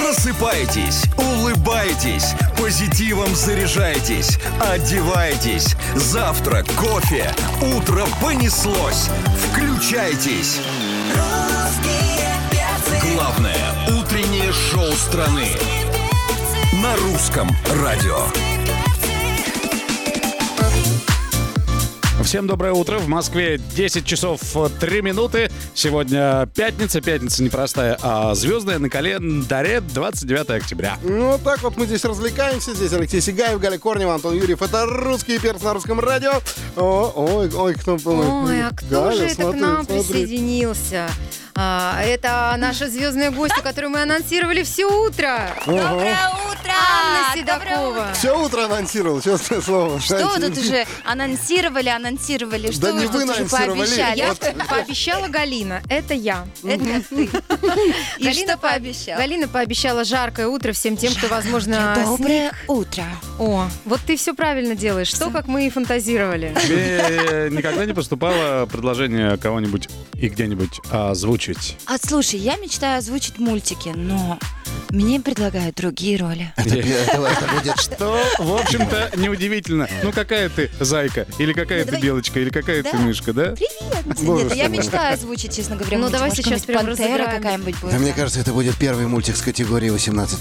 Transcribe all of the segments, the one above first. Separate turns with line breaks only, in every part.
Просыпайтесь, улыбайтесь, позитивом заряжайтесь, одевайтесь. Завтра кофе, утро понеслось. Включайтесь.
Русские перцы,
Главное утреннее шоу страны
перцы,
на русском радио.
перцы.
Всем доброе утро. В Москве 10 часов 3 минуты. Сегодня пятница. Пятница непростая, а звездная на календаре 29 октября.
Ну, вот так вот мы здесь развлекаемся. Здесь Алексей Сигаев, Галя Корнева, Антон Юрьев. Это русский перц на русском радио. О, ой, ой, кто был?
Ой, а кто
Галя,
же это
смотри,
к нам
смотри.
присоединился? А, это наша звездная гостья, которую мы анонсировали все утро.
Ого.
Доброе утро!
Анна
А, Доброе утро!
Седокова.
Все утро анонсировал, честное слово.
Что вы тут уже анонсировали, анонсировали? Что
Да
вы
не
тут
вы
уже
анонсировали,
пообещали?
Я
Вот.
пообещала Галина, это я.
Это ты. И что
по-
пообещал?
Галина пообещала жаркое утро всем тем, кто, возможно,
Доброе утро.
снег. О, вот ты все правильно делаешь, что как мы и фантазировали.
Тебе никогда не поступало предложение кого-нибудь и где-нибудь озвучить?
А слушай, я мечтаю озвучить мультики, но мне предлагают другие роли.
Что, в общем-то, неудивительно. Ну, какая ты зайка? Или какая ты
давай.
белочка? Или какая ты
Да.
мышка, да?
Привет!
Боже
Нет, я
мой.
мечтаю озвучить, честно говоря.
Ну,
мультик.
давай
Может,
сейчас
какая-нибудь
прям
Пантера
разыграем.
какая-нибудь будет.
Да А мне кажется, это будет первый мультик с категории 18+.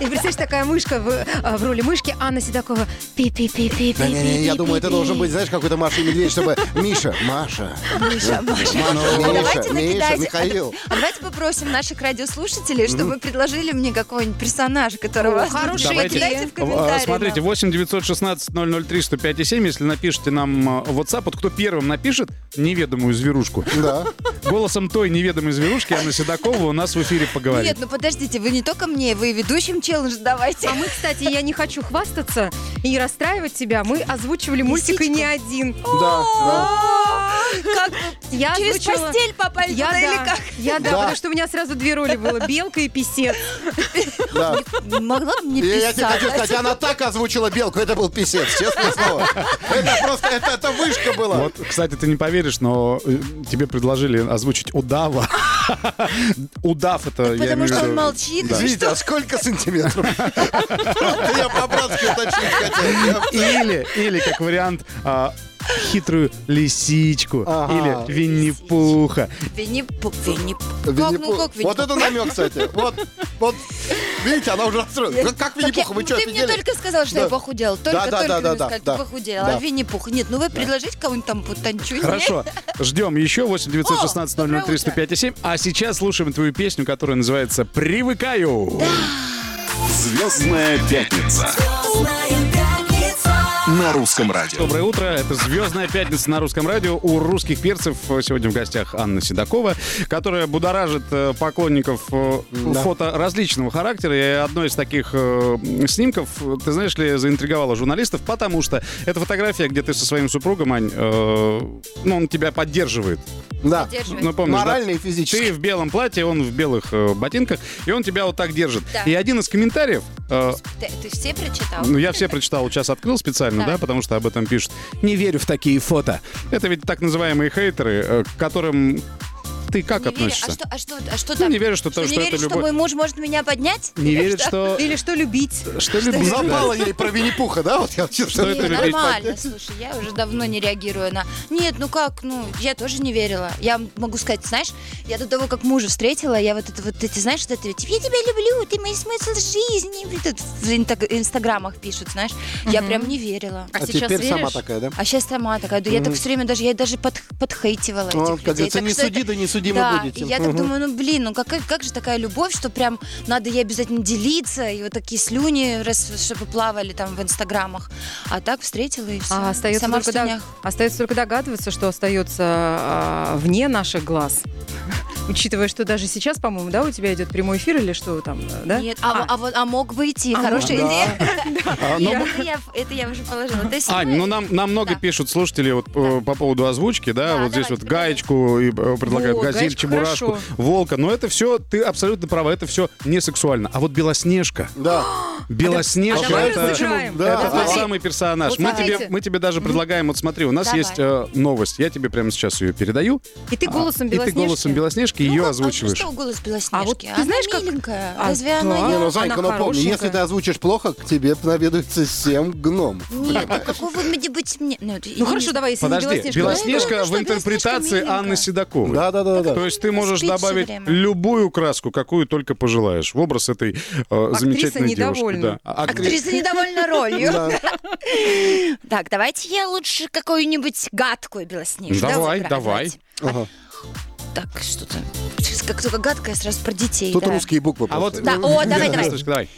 И представляешь, такая мышка в, э, в роли мышки Анна Седокова. Пи-пи-пи-пи-пи.
Да не, не, я думаю, это должен быть, знаешь, какой-то Маша и Медведь, чтобы Миша, Маша, Маша,
А
Маша,
Давайте
Миша,
накидайте.
Михаил.
А давайте попросим наших радиослушателей, чтобы предложили мне какого-нибь персонажа, которого...
О, хорошая
Давайте.
идея.
Кидайте в
А,
комментарии.
Смотрите, 8 916 003 105 7. Если напишите нам а, в WhatsApp, вот кто первым напишет неведомую зверушку,
Да.
голосом той неведомой зверушки Анна Седокова у нас в эфире поговорит.
Нет, ну подождите, вы не только мне, вы и ведущим челлендж давайте.
А мы, кстати, я не хочу хвастаться и расстраивать тебя. Мы озвучивали мультик и не один.
Да, да.
Как
Я
через
озвучила-
постель попали
Я
туда
да,
или как?
я да,
Да.
потому что у меня сразу две роли было, белка и писец.
Да.
Могла бы мне
Я, я тебе
писать.
хочу сказать, она так озвучила белку, это был писец, честное слово. Это просто, это, это вышка была.
ну
Вот, кстати, ты не поверишь, но э, тебе предложили озвучить удава. Удав это, я
Потому
имею в
что он
виду-
молчит.
Да. Извините, а сколько сантиметров? Просто я по-братски уточнить хотел.
Или, или как вариант, а, хитрую лисичку,
Ага.
или Винни-Пуха.
Винни-Пух, Винни-Пух.
Я-
Как,
Винни-Пух.
ну как
Вот
Винни-Пух?
это намек, кстати. Вот, вот, видите, она уже расстроена. Как- Как
Так я- ну,
Винни-Пуха, вы что,
Ты мне
офигели?
только сказал, что
Да.
я похудела. Только,
да, да,
только
да,
мне
да,
сказал,
да.
ты похудела.
Да.
А Винни-Пух. Нет, ну вы предложите кому-нибудь там потанчуть.
Хорошо, ждем еще 8 916 003 105 7. А сейчас слушаем твою песню, которая называется «Привыкаю».
Звездная пятница
Поздная пятница.
на русском радио.
Доброе утро, это «Звездная пятница» на русском радио. У русских перцев э, сегодня в гостях Анна Седокова, которая будоражит э, поклонников э, фото различного характера. И одно из таких э, снимков, э, ты знаешь ли, заинтриговало журналистов, потому что это фотография, где ты со своим супругом, Ань, э, ну, он тебя поддерживает.
Да.
Ну, помнишь, да?
Морально и
Ты
физически.
в белом платье, он в белых э, ботинках, и он тебя вот так держит.
Да.
И один из комментариев, э,
Ты, ты все прочитал?
ну я все прочитал, сейчас открыл специально, да.
Да.
потому что об этом пишут. Не верю в такие фото. Это ведь так называемые хейтеры, э, к которым ты как
Не верю.
относишься?
А что, а что, а что
Ну,
там?
не верю, что, то,
Что,
что
не
это
веришь, что
любовь.
мой муж может меня поднять?
Не верит, что...
Или что любить?
Что любит, да.
Запала ей про Винни-Пуха, да? Вот я честно.
это
Не,
любить?
нормально, слушай, я уже давно не реагирую на... Нет, ну как, ну, я тоже не верила. Я могу сказать, знаешь, я до того, как мужа встретила, я вот это вот, эти, знаешь, вот это, типа, я тебя люблю, ты мой смысл жизни. Вот это в инта- инстаграмах пишут, знаешь. Я прям не верила.
А
А
сейчас
теперь сама
веришь?
такая, да?
А сейчас сама такая, да я так все время даже, я даже под, подхейтивала этих
Ну,
людей.
Как говорится,
Так
не
что это-
суди, да не судимо
да,
будете.
и я так думаю, ну блин, ну как, как же такая любовь, что прям надо ей обязательно делиться, и вот такие слюни, раз, чтобы плавали там в инстаграмах. А так встретила и все.
А остается,
Сама в
только дог-
слюнях.
остается только догадываться, что остается а, вне наших глаз. Учитывая, что даже сейчас, по-моему, да, у тебя идет прямой эфир или что там, да?
Нет, а, а вот- а мог бы идти, хорошая идея.
А,
Это я- Это я уже положила. То есть
Ань,
мы-
ну нам, нам много
Да.
пишут слушатели вот, э, по поводу озвучки, да,
Да,
вот здесь
давайте,
вот
давайте.
гаечку и, э, предлагают
О,
газель,
«Гаечку»
чебурашку,
хорошо.
волка. Но это все, ты абсолютно права, это все не сексуально. А вот Белоснежка,
Да.
Белоснежка,
а давай
это-
разыграем.
Да.
Это тот
Смотри.
самый персонаж.
Вот
мы,
смотрите.
тебе, мы тебе даже предлагаем, вот смотри, у нас
Давай.
есть э, новость, я тебе прямо сейчас ее передаю.
И ты голосом
И ты
Белоснежки.
голосом Белоснежки, ее
как- а
озвучиваешь.
Что голос Белоснежки?
А вот ты
Она
знаешь, как-
миленькая.
А,
Разве
да.
она...
Не,
я-
ну, Занька,
она
ну помни, если
хорошенькая.
ты озвучишь плохо, к тебе наведаются семь гном.
Нет, ну какого вы мне быть мне... Ну, это-
Ну
я
хорошо,
не-
давай, если не
Подожди,
Белоснежка.
Белоснежка
Ну,
в
Белоснежка
интерпретации
миленькая.
Анны Седоковой.
Да, да, да, да.
То есть ты можешь
Спит всё
добавить
время.
любую краску, какую только пожелаешь, в образ этой э, замечательной девушки.
недовольна.
Да. А- актри-
Актриса недовольна ролью. Так, давайте я лучше какую-нибудь гадкую Белоснежку.
Давай,
сыграю.
давай.
Давайте. Так, что-то... Как только гадкая, сразу про детей.
Тут
да.
русские буквы
А вот
просто.
Да, о, давай, давай.
Насточка, давай.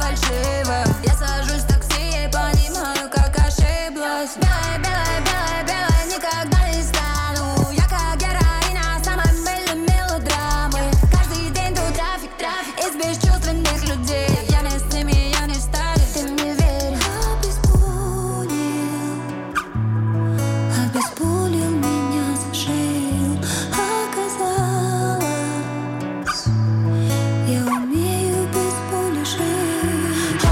фальшиво Я сажусь в такси и понимаю, как ошиблась Белая, белая, белая, белая, никогда не стану Я как героина самой мыльной мелодрамы Каждый день тут трафик, трафик из бесчувственных людей Я с ними, я не встану, ты мне веришь Обезболил А Обезболил меня, зажил Оказалось Я умею без боли жить А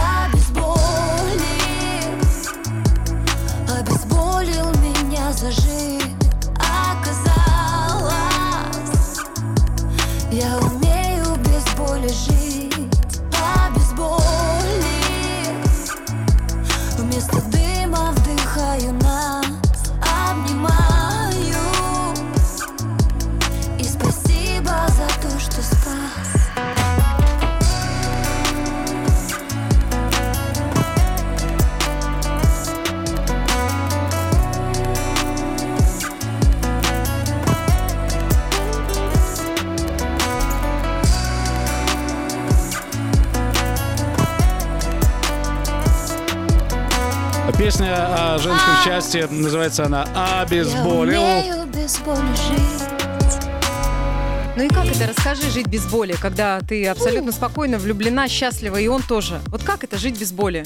Обезболил Обезболил меня, зажил Оказалось Я умею без боли жить А Обезболил Вместо дыма вдыхаю нас, обнимаю И спасибо за то, что спас
А Песня о женском счастье, называется она
Я
«Обезболил».
умею без боли жить
Ну и как это? Расскажи жить без боли, когда ты абсолютно спокойно влюблена, счастлива, и он тоже. Вот как это жить без боли?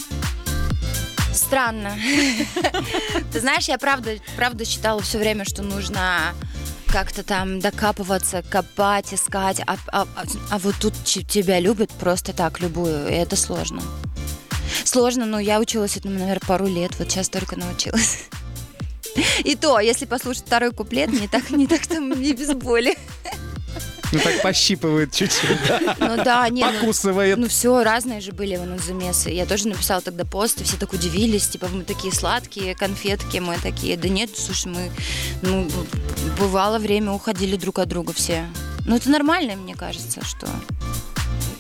Странно. Ты знаешь, я правда, правда считала все время, что нужно как-то там докапываться, копать, искать. А, а- а- а вот тут ч- тебя любят просто так, любую, и это сложно. Сложно, но я училась этому, наверное, пару лет, вот сейчас только научилась. И то, если послушать второй куплет, не так, не так там и без боли.
Ну так пощипывает чуть-чуть,
Ну да, не, ну-
покусывает.
Ну все, разные же были у замесы. Я тоже написала тогда пост, и все так удивились, типа, мы такие сладкие, конфетки, мы такие, да нет, слушай, мы, ну, б- бывало время, уходили друг от друга все. Ну это нормально, мне кажется, что...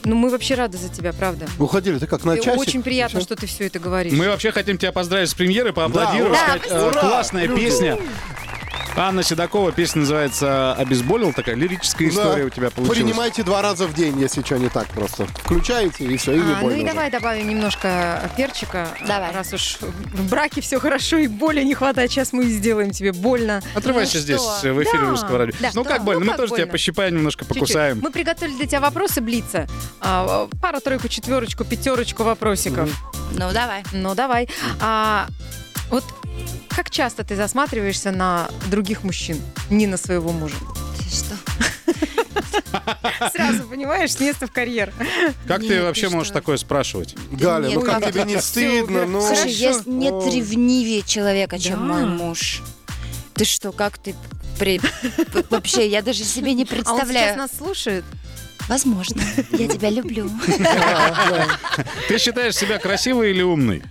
Ну мы вообще рады за тебя, правда.
Уходили, ты как на
И
часик?
Очень приятно,
Всё.
что ты все это говоришь.
Мы вообще хотим тебя поздравить с премьерой, поаплодировать,
Да,
сказать, э,
ура,
классная
круто.
песня. Анна Седокова, песня называется «Обезболил», такая лирическая
Да.
история у тебя получилась.
Принимайте два раза в день, если что не так просто. Включаете и все, и не
А, ну
больно
и
уже.
давай добавим немножко э, перчика.
Давай.
Раз уж в браке все хорошо и боли не
а
хватает, сейчас мы и сделаем тебе больно.
Отрывайся
Ну
здесь,
что?
э, в эфире
Да,
Русского радио.
да.
Ну
Что?
как больно,
Ну
мы
как
тоже тебя
больно?
пощипаем, немножко
Чуть-чуть.
покусаем.
Мы приготовили для тебя вопросы Блица. А, пара, тройку, четверочку, пятерочку вопросиков.
Ну давай.
Ну, давай. А, вот как часто ты засматриваешься на других мужчин, не на своего мужа?
Ты что?
Сразу, понимаешь, с места в карьер. А
Как
Нет,
ты
ты
вообще
что?
можешь такое спрашивать?
Галя,
Нет,
ну как
как
тебе не стыдно? Ну,
Слушай, есть, нет
О.
ревнивее человека, чем
Да.
мой муж. Ты что, как ты... при- Вообще, я даже себе не
А он сейчас
представляю.
нас слушает.
Возможно, я тебя люблю.
Ты считаешь себя красивой или умной?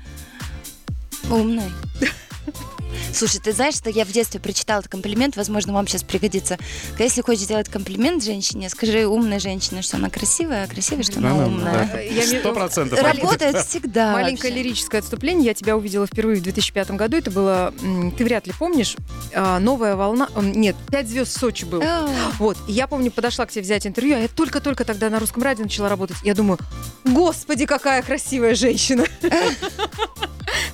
Умный. Слушай, ты знаешь, что я в детстве прочитала этот комплимент, возможно, вам сейчас пригодится. Если хочешь сделать комплимент женщине, скажи умной женщине, что она красивая, а красивая, что она умная.
Я не-
Сто процентов.
Работает всегда.
Маленькое
вообще.
лирическое отступление. Я тебя увидела впервые в 2005 году. Это было, м, ты вряд ли помнишь, а, новая волна... м, Нет, «Пять звезд в Сочи» был.
А,
Вот, и я помню, подошла к тебе взять интервью, а я только-только тогда на русском радио начала работать. Я думаю, господи, какая красивая женщина.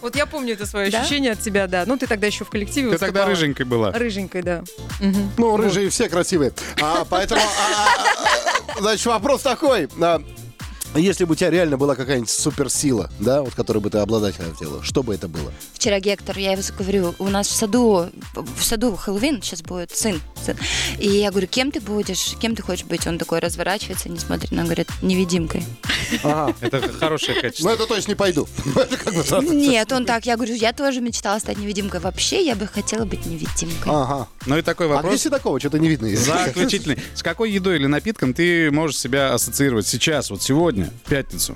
Вот я помню это свое
Да?
ощущение от тебя, да. Ну, ты тогда еще в коллективе
Ты тогда
выступала.
рыженькой была.
Рыженькой, да.
Ну, рыжие все красивые. А, поэтому, а, значит, вопрос такой. А, если бы у тебя реально была какая-нибудь суперсила, да, вот которой бы ты обладать хотела, что бы это было?
Вчера Гектор, я его говорю, у нас в саду, в саду Хэллоуин сейчас будет сын, сын. И я говорю, кем ты будешь, кем ты хочешь быть? Он такой разворачивается, не смотрит, она говорит, невидимкой.
Это хорошее
Ну,
качество.
это точно не пойду. Это как бы сразу.
Нет, он так, я говорю, я тоже мечтала стать невидимкой. Вообще, я бы хотела быть невидимкой.
Ага.
Ну и такой
А где
вопрос.
Седокова? Что-то не видно.
Заключительный. С какой едой или напитком ты можешь себя ассоциировать сейчас, вот сегодня, в пятницу?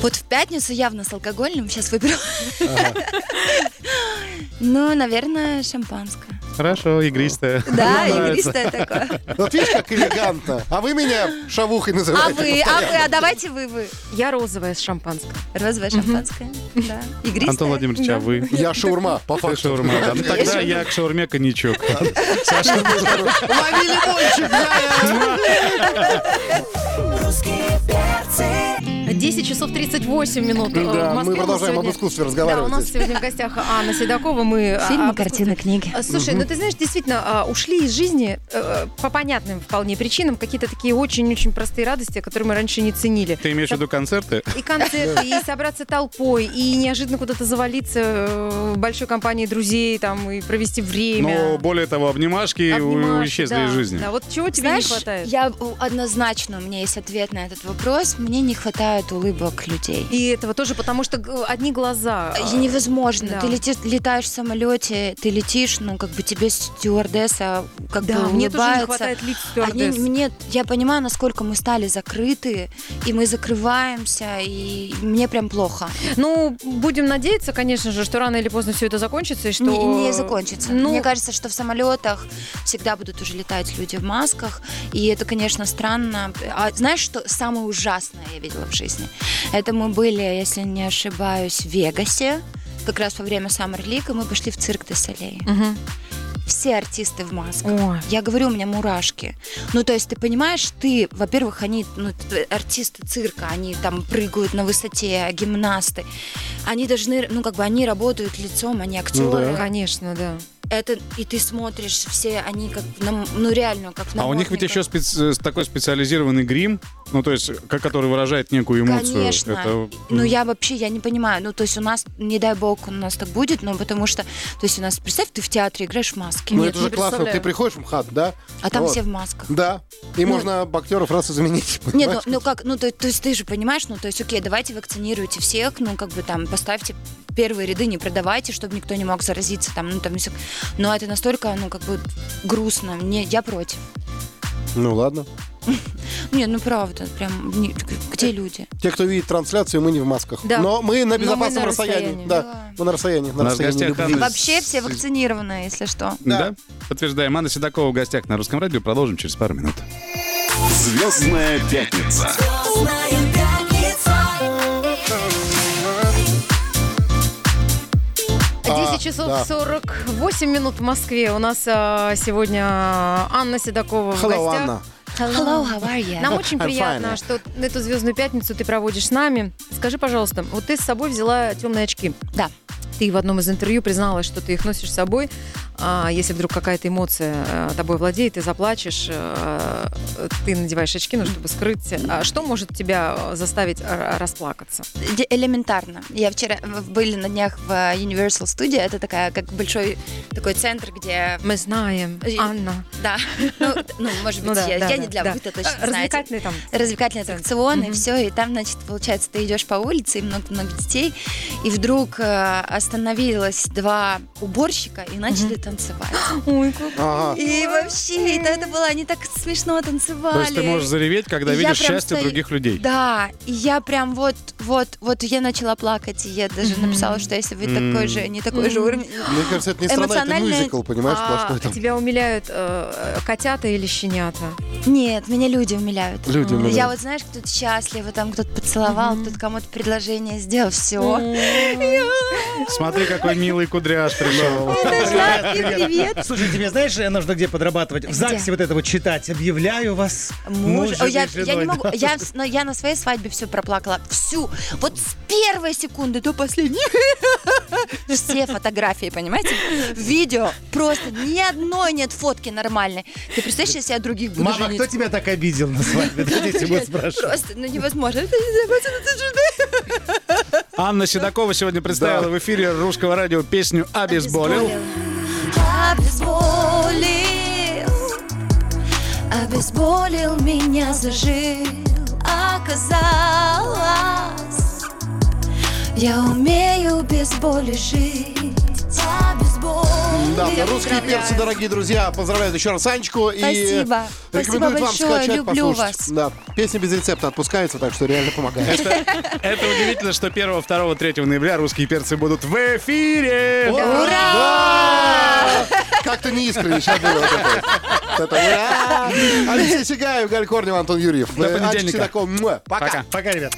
Вот в пятницу явно с алкогольным, сейчас выберу. Ну, наверное, шампанское.
Хорошо, игристое.
Да, игристое такое.
Вот видишь, Ну, как элегантно. А вы меня шавухой
А
называете.
вы, а вы, а давайте вы, вы.
Я розовая с шампанском.
Розовое шампанское, да. Игристое.
Антон Владимирович, а вы?
Я шаурма, по
Ты
факту.
шаурма, да. Ну, Тогда я к шаурме коньячок.
Лови лимончик, я-
10 часов 38 минут. э, в
Да, мы
Москве. У нас
продолжаем
сегодня-
об искусстве
Да, у
разговаривать.
нас сегодня в гостях Анна Седокова. Мы а,
Фильмы,
об искусстве-
картины, книги.
А, Слушай, ну ты знаешь, действительно, а, ушли из жизни э, по понятным вполне причинам какие-то такие очень-очень простые радости, которые мы раньше не ценили.
Ты имеешь в виду концерты?
И концерты, и собраться толпой, и неожиданно куда-то завалиться э, в большой компании друзей, там, и провести
Но
время.
более того, обнимашки у-
Обнимашки,
исчезли
да.
из жизни.
Да, вот чего тебе
Знаешь,
не хватает?
я у- однозначно, у меня есть ответ на этот вопрос. Мне не хватает улыбок людей.
И этого тоже, потому что г- одни глаза.
И невозможно.
А, да.
Ты летишь, летаешь в самолете, ты летишь, ну, как бы тебе стюардесса э, как
Да,
бы
мне тоже не
улыбается.
хватает лиц
Они-
стюардесс.
мне, я понимаю, насколько мы стали закрыты, и мы закрываемся, и мне прям плохо.
Ну, будем надеяться, конечно же, что рано или поздно все это закончится, и что...
Не, не закончится.
Ну,
Мне кажется, что в самолетах всегда будут уже летать люди в масках, и это, конечно, странно. А знаешь, что самое ужасное я видела в жизни? Это мы были, если не ошибаюсь, в Вегасе, как раз во время Summer League, и мы пошли в цирк де Солей.
мгм.
Все артисты в масках.
Ой.
Я говорю, у меня мурашки. Ну, то есть, ты понимаешь, ты, во-первых, они, ну, т- артисты цирка, они там прыгают на высоте, гимнасты. Они должны, ну, как бы, они работают лицом, они актеры.
Ну
А
Конечно, да.
Это, и ты смотришь, все они как, на м- ну, реально, как на
А у них ведь
модниках.
еще спец- э, такой специализированный грим, ну то есть, к- который выражает некую эмоцию.
Конечно.
Это,
Ну,
м,
я вообще, я не понимаю. Ну, то есть у нас, не дай бог, у нас так будет, но потому что, то есть у нас, представь, ты в театре играешь в маске,
Ну
Нет,
это
не
же классно.
представляю.
Ты приходишь в МХАТ, да?
а там
Вот.
все в масках.
Да. И можно актеров раз и заменить.
Нет, ну, ну как, ну то, то есть ты же понимаешь, ну то есть окей, давайте вакцинируйте всех, ну как бы там поставьте первые ряды, не продавайте, чтобы никто не мог заразиться там, ну там всё. Но это настолько, ну как бы грустно, мне, я против.
Ну ладно.
Не, ну правда, прям, не- где люди?
Те, кто видит трансляцию, мы не в масках.
Да.
Но мы на безопасном
на
расстоянии.
расстоянии.
Да.
Да.
Мы на расстоянии.
У
На
нас в
расстоянии
гостях
любви.
Анна.
Вообще все вакцинированы, если что.
Да. Подтверждаем. Анна Седокова в гостях на русском радио. Продолжим через пару минут.
Звездная пятница.
А,
10 часов
да.
48 минут в Москве. У нас а, сегодня Анна Седокова в
Hello,
гостях.
Анна.
Hello, how are you?
Нам очень
I'm
приятно,
fine.
что эту звездную пятницу ты проводишь с нами. Скажи, пожалуйста, вот ты с собой взяла темные очки.
Да.
Ты в одном из интервью призналась, что ты их носишь с собой. а, если вдруг какая-то эмоция а, тобой владеет, ты заплачешь, а, ты надеваешь очки, ну, чтобы скрыть. А что может тебя а, заставить а, расплакаться?
Де- элементарно. Я вчера в- были на днях в э, Universal Studio, это такая как большой такой центр, где
Мы знаем,
И-
Анна.
да, ну, ну, может быть, я, я не для
да.
вы это точно
А,
знаете.
Развлекательный там.
развлекательный
Центр.
аттракцион,
Мгм.
и все. И там, значит, получается, ты идешь по улице, и много-много детей, и вдруг э, остановилось два уборщика и начали танцевать.
Ой, как
Ага.
И вообще, это, это было, они так смешно танцевали.
То есть ты можешь зареветь, когда
И я
видишь
прям
счастье
стою-
других людей.
Да, и я прям вот, вот, вот я начала плакать, и я даже написала, что если вы
Мгм.
такой же, не такой же уровень.
Мне кажется, это не страна, это
Эмоциональная-
мюзикл, понимаешь,
А,
сплошной там.
Тебя умиляют э, котята или щенята?
Нет, меня люди умиляют.
Люди умиляют.
Я вот, знаешь, кто-то счастлив, там кто-то поцеловал, кто-то кому-то предложение сделал, все.
Смотри, какой милый кудряш пришел.
Это сладкий
привет.
Слушай, тебе знаешь, э, нужно где подрабатывать? В ЗАГСе вот это вот читать. Объявляю вас.
Муж,
мужем
О,
и
я, я
женой.
не могу, я, вс- но я на своей свадьбе все проплакала, всю, вот с первой секунды до последней, все фотографии, понимаете, видео, просто ни одной нет фотки нормальной. Ты представляешь, если я других буду
Мама,
женить?
кто тебя так обидел на свадьбе? Да Дети будут спрашивать.
Просто, ну невозможно.
Анна Седокова сегодня представила в эфире русского радио песню «Обезболил».
Обезболил, обезболил меня, зажил, оказалось. Я умею без боли жить, обезболил.
Да, русские перцы, дорогие друзья, поздравляют еще раз Анечку.
Спасибо.
И рекомендуют
Спасибо
вам
большое,
скачать,
люблю
послушать.
вас.
Да, песня без рецепта отпускается, так что реально помогает.
Это удивительно, что 1, 2, 3 ноября русские перцы будут в эфире.
Ура! Как-то не искренне сейчас было. вот это вот. Это ура! Алексей Сигаев, Галь Корнев, Антон Юрьев. Э, Анечка
понедельника.
Седокова, муа. Пока.
Пока, ребят.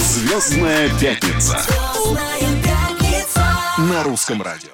Звездная пятница
Звездная пятница.
на русском радио.